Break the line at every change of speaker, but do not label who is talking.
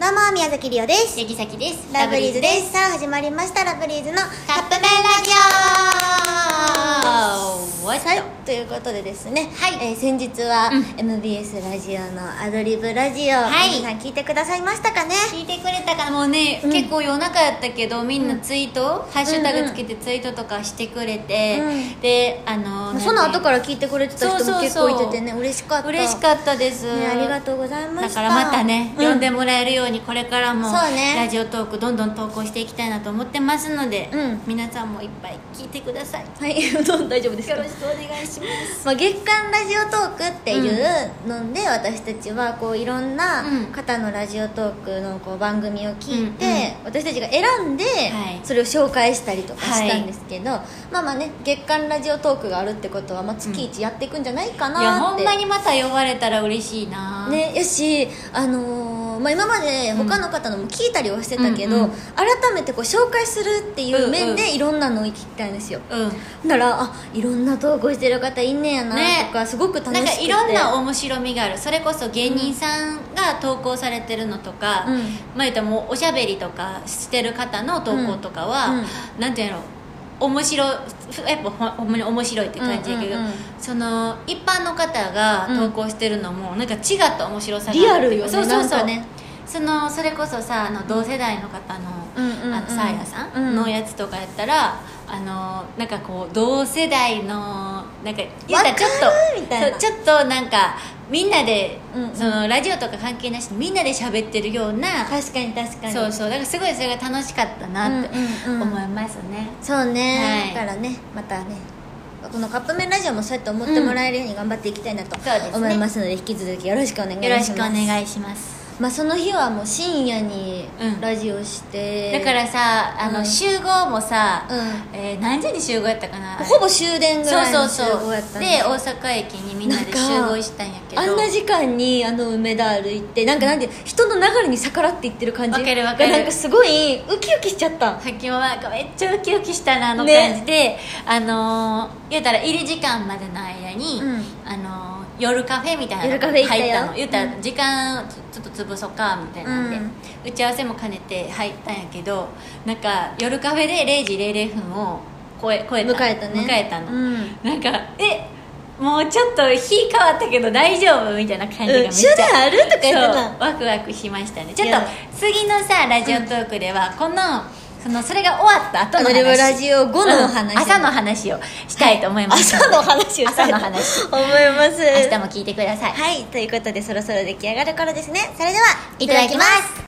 どうも宮崎りおです
ヤギサキです
ラブリーズですさあ始まりましたラブリーズのカップ麺ラジオ
終わ
は
っ
い
た、
ということでですね、
はい
えー先日は、
うん
MBS ラジオのアドリブラジオ、
はい
皆さん聞いてくださいましたかね
聞いてくれたからもうね、
うん
結構夜中やったけどみんなツイート、ハッシュタ
うんう
グ
ん
つけてツイートとかしてくれて、
うん
であの
その後からら聞いてくれてた人も結
そうそう
構
そう
いててね嬉しかった
嬉し
っ
かったです、
ね、ありがとうございま
だ
した
からまたね、
うん
呼んでもらえるようにこれからも
そうね
ラジオトークどんどん投稿していきたいなと思ってますので、
うん
皆さんもいっぱい聞いてくださいよ
はい どう大丈夫ですか
ろしくお願いします
まあ、月間ラジオトークっていうので、私たちはこういろんな
うん
方のラジオトークのこう番組を聞いて、
うん
私たちが選んで
はい
それを紹介したりとかしたんですけど、まあまあね月間ラジオトークがあるってことは、まあ、月一やっていくんじゃないか
いや
なっ
ほ
て、
んまにまた呼ばれたら嬉しいな、
ねやし、あのーまあ、今まで他の方のも聞いたりはしてたけど、
うんうん
改めてこう紹介するっていう面でいろんなのを聞きたいんですよ、
うん
ならあいろんな投稿してる方いんねやな
ね
とか、すごく楽しく
な
て
んかいろんな面白みがあるそれこそ芸人さんが投稿されてるのとか、
うん
まあ言ったらもうおしゃべりとかしてる方の投稿とかは、
うん
なんていうの面白いやっぱほほんまに面白いって感じやけど、
うんうんうん
その一般の方が投稿してるのも、なんか違った面白さがある
リアルよね
そうそう
なん
そ
か
う
ね
そのそれこそさあの同世代の方の、
うんうんうん
あのサーヤさ
うん
んのやつとかやったら、あのなんかこう同世代のなんか言ったらちょっ
わかる
と
みたいな
そうちょっとなんかみんなで、
うんうん
そのラジオとか関係なしにみんなで喋ってるような
確かに確かに
そうそうだからすごいそれが楽しかったなって
うんうんうん
思いますね、
そうね、
はい
だからねまたねこのカップ麺ラジオもそうやって思ってもらえるように頑張っていきたいなと
そうですね
思いますので引き続きよろしくお願いします
よろしくお願いします
まあ、その日はもう深夜に
うん
ラジオして、
だからさあの、
うん
集合もさ、
う
えー何時に集合やったかな
ほぼ終電ぐ
そう
らい
そ
の
う
集
そ
合
う
やったん
で
よ
大阪駅にみんなで集合したんやけど
あんな時間にあの梅田歩いてなんかなんて人の流れに逆らっていってる感じ
わかるわかる
がなんかすごいウキウキしちゃった
さっきもなんかめっちゃウキウキしたなあの
ね
感じで、あのー、言うたら入り時間までの間に、
うん
あのー夜カフェみたいな
夜カフェ行ったよ
入ったの言うた
う
ら時間ちょっと潰そうかみたいなんで、
うん
打ち合わせも兼ねて入ったんやけどなんか夜カフェで0時00分を超え超えた
迎えたね
迎えたの、
うん
なんかえもうちょっと日変わったけど大丈夫みたいな感じがめっち
終
ゃ
電あるとか言ってた
そうワクワクしましたねちょっ
い
と
や
次のさラジオトークでは、このそのそれが終わった後
ア
の
ドリ
話
ブラジオ後の話、
うん朝の話をしたいと思います、
朝の話をしたい
朝の 話
と思います
明日も聞いてください
はいということでそろそろ出来上がる頃ですねそれではい
ただきます